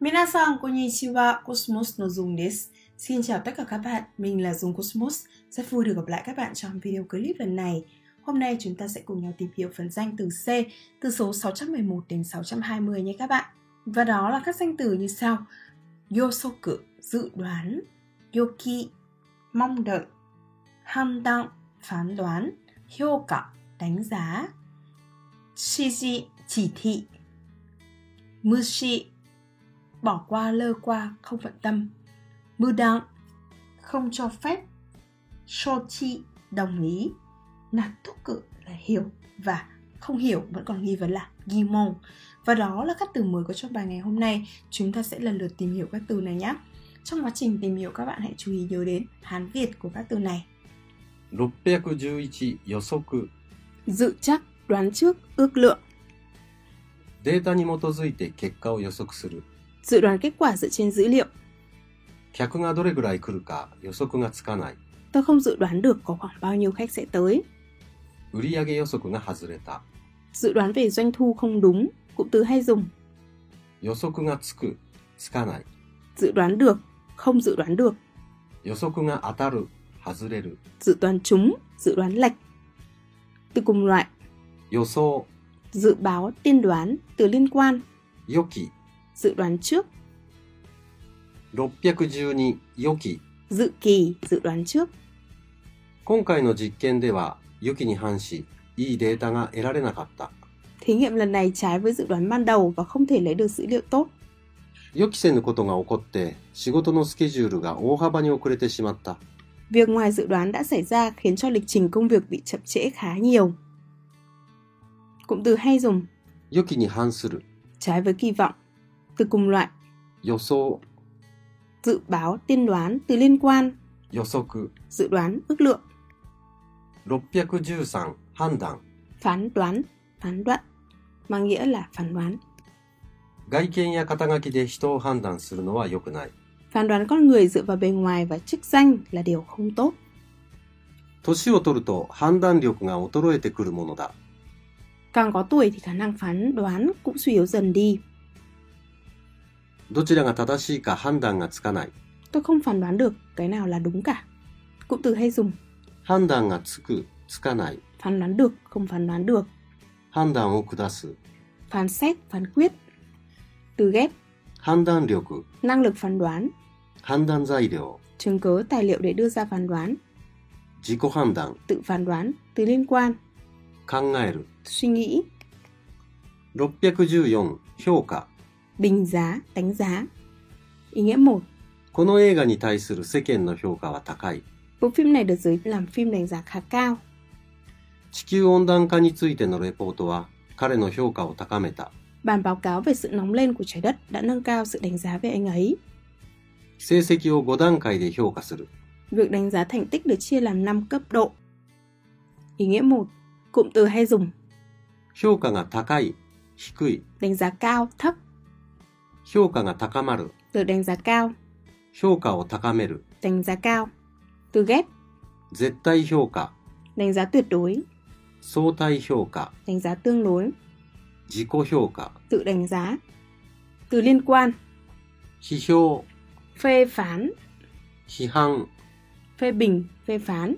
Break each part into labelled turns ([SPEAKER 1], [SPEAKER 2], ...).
[SPEAKER 1] Minasan konnichiwa, Cosmos no Dung desu. Xin chào tất cả các bạn, mình là Dung Cosmos. Rất vui được gặp lại các bạn trong video clip lần này. Hôm nay chúng ta sẽ cùng nhau tìm hiểu phần danh từ C từ số 611 đến 620 nhé các bạn. Và đó là các danh từ như sau. Yosoku, dự đoán. Yoki, mong đợi. Handan, phán đoán. Hyoka, đánh giá. Shiji, chỉ thị. Mushi, bỏ qua lơ qua không phận tâm mưu đặng không cho phép chi đồng ý nạt thúc cự là hiểu và không hiểu vẫn còn nghi vấn là ghi mong và đó là các từ mới có trong bài ngày hôm nay chúng ta sẽ lần lượt tìm hiểu các từ này nhé trong quá trình tìm hiểu các bạn hãy chú ý nhớ đến hán việt của các từ này
[SPEAKER 2] 611予測
[SPEAKER 1] dự chắc đoán trước ước lượng
[SPEAKER 2] データに基づいて結果を予測する
[SPEAKER 1] dự đoán kết quả dựa trên dữ liệu
[SPEAKER 2] 客がどれぐらい来るか予測がつかない
[SPEAKER 1] tôi không dự đoán được có khoảng bao nhiêu khách sẽ tới
[SPEAKER 2] 売上予測が外れた
[SPEAKER 1] dự đoán về doanh thu không đúng cụm từ hay dùng
[SPEAKER 2] 予測がつくつかない
[SPEAKER 1] dự đoán được không dự đoán được
[SPEAKER 2] 予測が当たる外れる
[SPEAKER 1] dự đoán trúng, dự đoán lệch. Từ cùng loại,
[SPEAKER 2] 予想
[SPEAKER 1] dự báo, tiên đoán, từ liên quan,
[SPEAKER 2] 予期
[SPEAKER 1] dự đoán trước,
[SPEAKER 2] 612予期
[SPEAKER 1] dự kỳ, dự đoán trước.
[SPEAKER 2] 今回の実験では予期に反しいいデータが得られなかった
[SPEAKER 1] Thí nghiệm lần này trái với dự đoán ban đầu và không thể lấy được dữ liệu tốt.
[SPEAKER 2] 予期せぬことが起こって仕事のスケジュールが大幅に遅れてしまった
[SPEAKER 1] Việc ngoài dự đoán đã xảy ra khiến cho lịch trình công việc bị chậm trễ khá nhiều. Cụm từ hay dùng,
[SPEAKER 2] 予期に反する
[SPEAKER 1] trái với kỳ vọng. Từ cùng loại,
[SPEAKER 2] 予想
[SPEAKER 1] dự báo, tiên đoán, từ liên quan,
[SPEAKER 2] 予測
[SPEAKER 1] dự đoán, ước lượng,
[SPEAKER 2] 613判断
[SPEAKER 1] phán đoán, phán đoạn, mang nghĩa là phán đoán.
[SPEAKER 2] 外見や肩書きで人を判断するのは良くない。
[SPEAKER 1] Phán đoán con người dựa vào bề ngoài và chức danh là điều không tốt.
[SPEAKER 2] 年を取ると判断力が衰えてくるものだ。
[SPEAKER 1] Càng có tuổi thì khả năng phán đoán cũng suy yếu dần đi.
[SPEAKER 2] どちらが正しいか判断がつかない。
[SPEAKER 1] Tôi không phán đoán được cái nào là đúng cả. Cụm từ hay dùng
[SPEAKER 2] 判断がつく、つかない。
[SPEAKER 1] phán đoán được, không phán đoán được,
[SPEAKER 2] 判断を下す。
[SPEAKER 1] phán xét, phán quyết. Từ ghép,
[SPEAKER 2] 判断力、
[SPEAKER 1] năng lực phán đoán,
[SPEAKER 2] 判断材料、
[SPEAKER 1] chứng cớ tài liệu để đưa ra phán đoán,
[SPEAKER 2] 自己判断、
[SPEAKER 1] tự phán đoán, từ liên quan,
[SPEAKER 2] 考える。
[SPEAKER 1] suy nghĩ,
[SPEAKER 2] 614、評価。
[SPEAKER 1] bình giá, đánh giá. Ý nghĩa 1.
[SPEAKER 2] この映画に対する世間の評価は高い。
[SPEAKER 1] Bộ phim này được giới làm phim đánh giá khá cao.
[SPEAKER 2] 地球温暖化についてのレポートは彼の評価を高めた。
[SPEAKER 1] Bản báo cáo về sự nóng lên của trái đất đã nâng cao sự đánh giá về anh ấy.
[SPEAKER 2] 成績を5段階で評価する。
[SPEAKER 1] Việc đánh giá thành tích được chia làm 5 cấp độ. Ý nghĩa 1. Cụm từ hay dùng
[SPEAKER 2] 評価が高い、低い、
[SPEAKER 1] đánh giá cao, thấp,
[SPEAKER 2] 評価が高まる、
[SPEAKER 1] từ đánh giá cao,
[SPEAKER 2] 評価を高める、
[SPEAKER 1] đánh giá cao. Từ ghép
[SPEAKER 2] 絶対評価、
[SPEAKER 1] đánh giá tuyệt đối,
[SPEAKER 2] 相対評価、
[SPEAKER 1] đánh giá tương đối,
[SPEAKER 2] 自己評価、
[SPEAKER 1] tự đánh giá. Từ liên quan
[SPEAKER 2] 批評、
[SPEAKER 1] phê phán,
[SPEAKER 2] 批判、
[SPEAKER 1] phê bình, phê phán,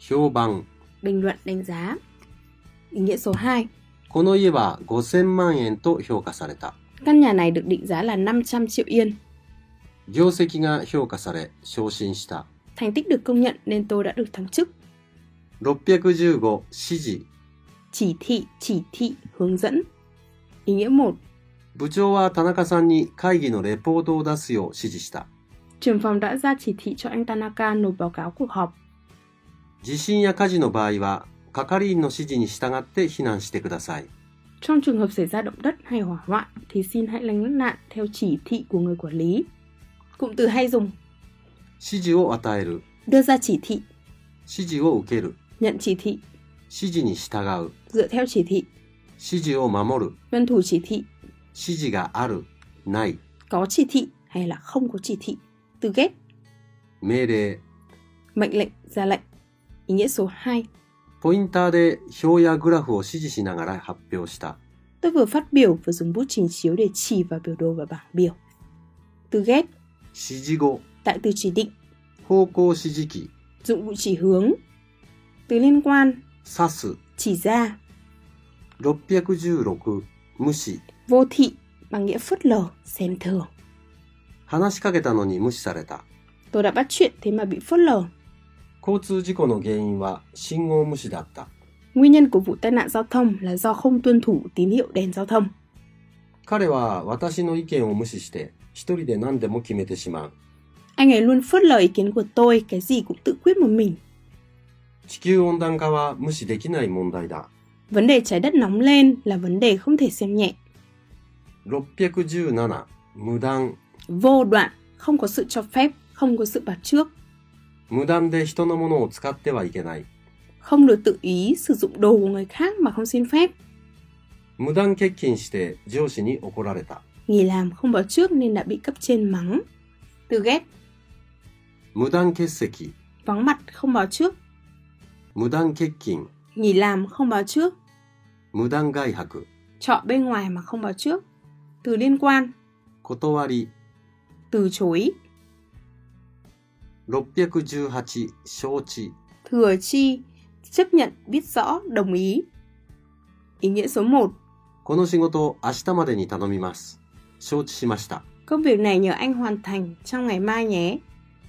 [SPEAKER 2] 評判。
[SPEAKER 1] bình luận đánh giá. Ý nghĩa số 2.
[SPEAKER 2] この家は5000万円と評価された。
[SPEAKER 1] Căn nhà này được định giá là 500 triệu yên.
[SPEAKER 2] 業績が評価され、昇進した。
[SPEAKER 1] Thành tích được công nhận nên tôi đã được thăng chức.
[SPEAKER 2] 615、指示。
[SPEAKER 1] chỉ thị, chỉ thị, hướng dẫn. Ý nghĩa 1.
[SPEAKER 2] 部長は田中さんに会議のレポートを出すよう指示した。
[SPEAKER 1] Trưởng phòng đã ra chỉ thị cho anh Tanaka nộp báo cáo cuộc họp.
[SPEAKER 2] 地震や火事の場合は、係員の指示に従って避難してください。
[SPEAKER 1] Trong trường hợp xảy ra động đất hay hỏa hoạn thì xin hãy lánh nạn theo chỉ thị của người quản lý. Cụm từ hay dùng
[SPEAKER 2] 指示を与える。
[SPEAKER 1] đưa ra chỉ thị,
[SPEAKER 2] 指示を受ける
[SPEAKER 1] nhận chỉ thị,
[SPEAKER 2] 指示に従う
[SPEAKER 1] dựa theo chỉ thị,
[SPEAKER 2] 指示を守る
[SPEAKER 1] tuân thủ chỉ thị,
[SPEAKER 2] 指示があるない
[SPEAKER 1] có chỉ thị hay là không có chỉ thị. Từ ghép,
[SPEAKER 2] 命令
[SPEAKER 1] mệnh lệnh, ra lệnh. Ý nghĩa số 2.
[SPEAKER 2] ポインターで表やグラフを指示しながら発表した
[SPEAKER 1] Tôi vừa phát biểu vừa dùng bút trình chiếu để chỉ vào biểu đồ và bảng biểu. từ ghét
[SPEAKER 2] 指示語、
[SPEAKER 1] tại từ chỉ định,
[SPEAKER 2] 方向指示器、
[SPEAKER 1] dụng cụ chỉ hướng. Từ liên quan
[SPEAKER 2] 指す、
[SPEAKER 1] chỉ ra,
[SPEAKER 2] 616、無視、
[SPEAKER 1] vô thị bằng nghĩa phớt lờ, xem thường.
[SPEAKER 2] 話しかけたのに無視された。
[SPEAKER 1] Tôi đã bắt chuyện thế mà bị phớt lờ.
[SPEAKER 2] 交通事故の原因は信号無視だった。
[SPEAKER 1] Nguyên nhân của vụ tai nạn giao thông là do không tuân thủ tín hiệu đèn giao thông.
[SPEAKER 2] 彼は私の意見を無視して、一人で何でも決めてしまう。
[SPEAKER 1] Anh ấy luôn phớt lờ ý kiến của tôi, cái gì cũng tự quyết một mình.
[SPEAKER 2] 地球温暖化は無視できない問題だ。
[SPEAKER 1] Vấn đề trái đất nóng lên là vấn đề không thể xem nhẹ.
[SPEAKER 2] 617、無断。
[SPEAKER 1] Vô đoạn, không có sự cho phép, không có sự báo trước,
[SPEAKER 2] 無断で人のものを使ってはいけない。
[SPEAKER 1] không được tự ý sử dụng đồ của người khác mà không xin phép.
[SPEAKER 2] 無断欠勤して上司に怒られた。
[SPEAKER 1] Nghỉ làm không báo trước nên đã bị cấp trên mắng. Từ ghét,
[SPEAKER 2] 無断欠席、
[SPEAKER 1] vắng mặt không báo trước,
[SPEAKER 2] 無断欠勤、
[SPEAKER 1] nghỉ làm không báo trước,
[SPEAKER 2] 無断外泊、
[SPEAKER 1] trọ bên ngoài mà không báo trước. Từ liên quan,
[SPEAKER 2] 断り、
[SPEAKER 1] từ chối,
[SPEAKER 2] 618、承知、
[SPEAKER 1] thừa chi, chấp nhận, biết rõ, đồng ý. Ý nghĩa số 1,
[SPEAKER 2] この仕事を明日までに頼みます。承知しました。
[SPEAKER 1] công việc này nhờ anh hoàn thành trong ngày mai nhé.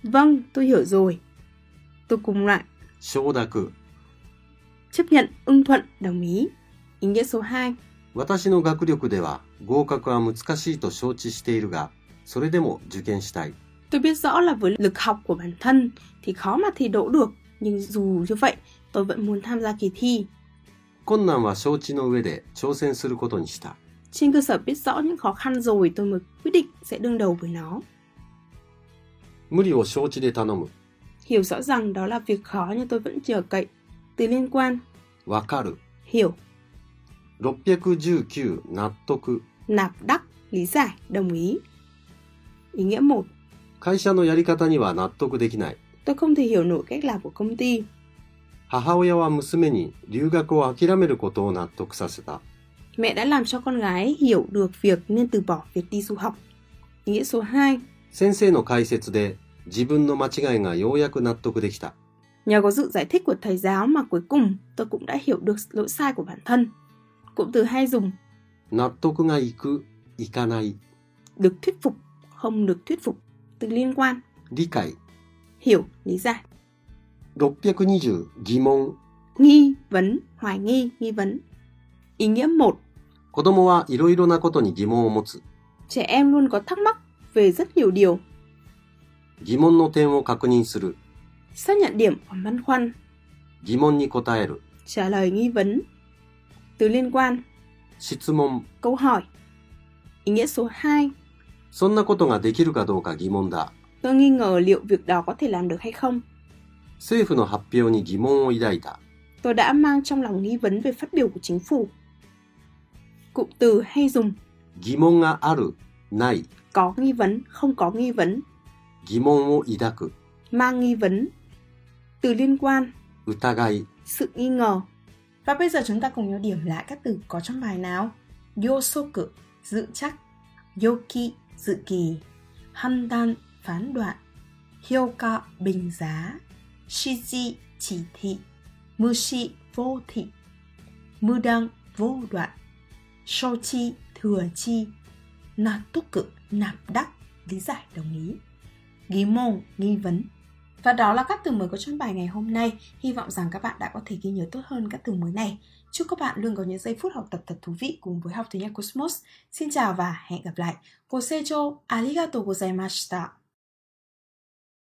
[SPEAKER 1] Vâng, tôi hiểu rồi. Tôi cùng lại,
[SPEAKER 2] 承諾。
[SPEAKER 1] chấp nhận, ưng thuận, đồng ý. Ý nghĩa số 2,
[SPEAKER 2] 私の学力では合格は難しいと承知しているが、それでも受験したい。
[SPEAKER 1] Tôi biết rõ là với lực học của bản thân thì khó mà thi đỗ được, nhưng dù như vậy, tôi vẫn muốn tham gia kỳ thi.
[SPEAKER 2] 困難は承知の上で挑戦することにした。
[SPEAKER 1] Trên cơ sở biết rõ những khó khăn rồi, tôi mới quyết định sẽ đương đầu với nó.
[SPEAKER 2] 無理を承知で頼む。
[SPEAKER 1] Hiểu rõ rằng đó là việc khó nhưng tôi vẫn chờ cậy. Từ liên quan,
[SPEAKER 2] わかる。
[SPEAKER 1] hiểu,
[SPEAKER 2] 619、納得。
[SPEAKER 1] nạp đắc, lý giải, đồng ý. Ý nghĩa 1.
[SPEAKER 2] 会社のやり方には納得できない。
[SPEAKER 1] Tôi không thể hiểu nổi cách làm của công ty.
[SPEAKER 2] 母親は娘に留学を諦めることを納得させた。
[SPEAKER 1] Mẹ đã làm cho con gái hiểu được việc nên từ bỏ việc đi du học. Ý nghĩa số 2.
[SPEAKER 2] 先生の解説で自分の間違いがようやく納得できた。
[SPEAKER 1] Nhờ có sự giải thích của thầy giáo mà cuối cùng tôi cũng đã hiểu được lỗi sai của bản thân. Cụm từ hay dùng
[SPEAKER 2] 納得がいく、いかない、
[SPEAKER 1] được thuyết phục, không được thuyết phục. Từ liên quan,
[SPEAKER 2] 理解。
[SPEAKER 1] hiểu, lý giải.
[SPEAKER 2] 620、疑問。
[SPEAKER 1] Nghi, vấn, hoài nghi, nghi vấn. Ý nghĩa 1.
[SPEAKER 2] 子供はいろいろなことに疑問を持つ。
[SPEAKER 1] Trẻ em luôn có thắc mắc về rất nhiều điều.
[SPEAKER 2] 疑問の点を確認する。
[SPEAKER 1] Xác nhận điểm còn băn khoăn,
[SPEAKER 2] 疑問に答える。
[SPEAKER 1] trả lời nghi vấn. Từ liên quan,
[SPEAKER 2] 質問。
[SPEAKER 1] câu hỏi. Ý nghĩa số 2.
[SPEAKER 2] そんなことができるかどうか疑問だ。
[SPEAKER 1] Tôi nghi ngờ liệu việc đó có thể làm được hay không.
[SPEAKER 2] 政府の発表に疑問を抱いた。
[SPEAKER 1] tôi đã mang trong lòng nghi vấn về phát biểu của chính phủ. Cụm từ hay dùng
[SPEAKER 2] 疑問がある、ない、
[SPEAKER 1] có nghi vấn, không có nghi vấn,
[SPEAKER 2] 疑問を抱く、
[SPEAKER 1] mang nghi vấn. Từ liên quan,
[SPEAKER 2] 疑い、
[SPEAKER 1] sự nghi ngờ.
[SPEAKER 3] Và bây giờ chúng ta cùng nhau điểm lại các từ có trong bài nào. Yosoku, dự chắc. Yoki, dự kỳ. Handan, phán đoạn. Hyoka, bình giá. Shiji, chỉ thị. Mushi, vô thị. Mudan, vô đoạn. Shochi, thừa chi. Natoku, nạp đắc, lý giải đồng ý. Gimon, nghi vấn. Và đó là các từ mới có trong bài ngày hôm nay. Hy vọng rằng các bạn đã có thể ghi nhớ tốt hơn các từ mới này. Chúc các bạn luôn có những giây phút học tập thật thú vị cùng với học tiếng Nhật Cosmos. Xin chào và hẹn gặp lại. Cô Sejo, arigatou gozaimashita.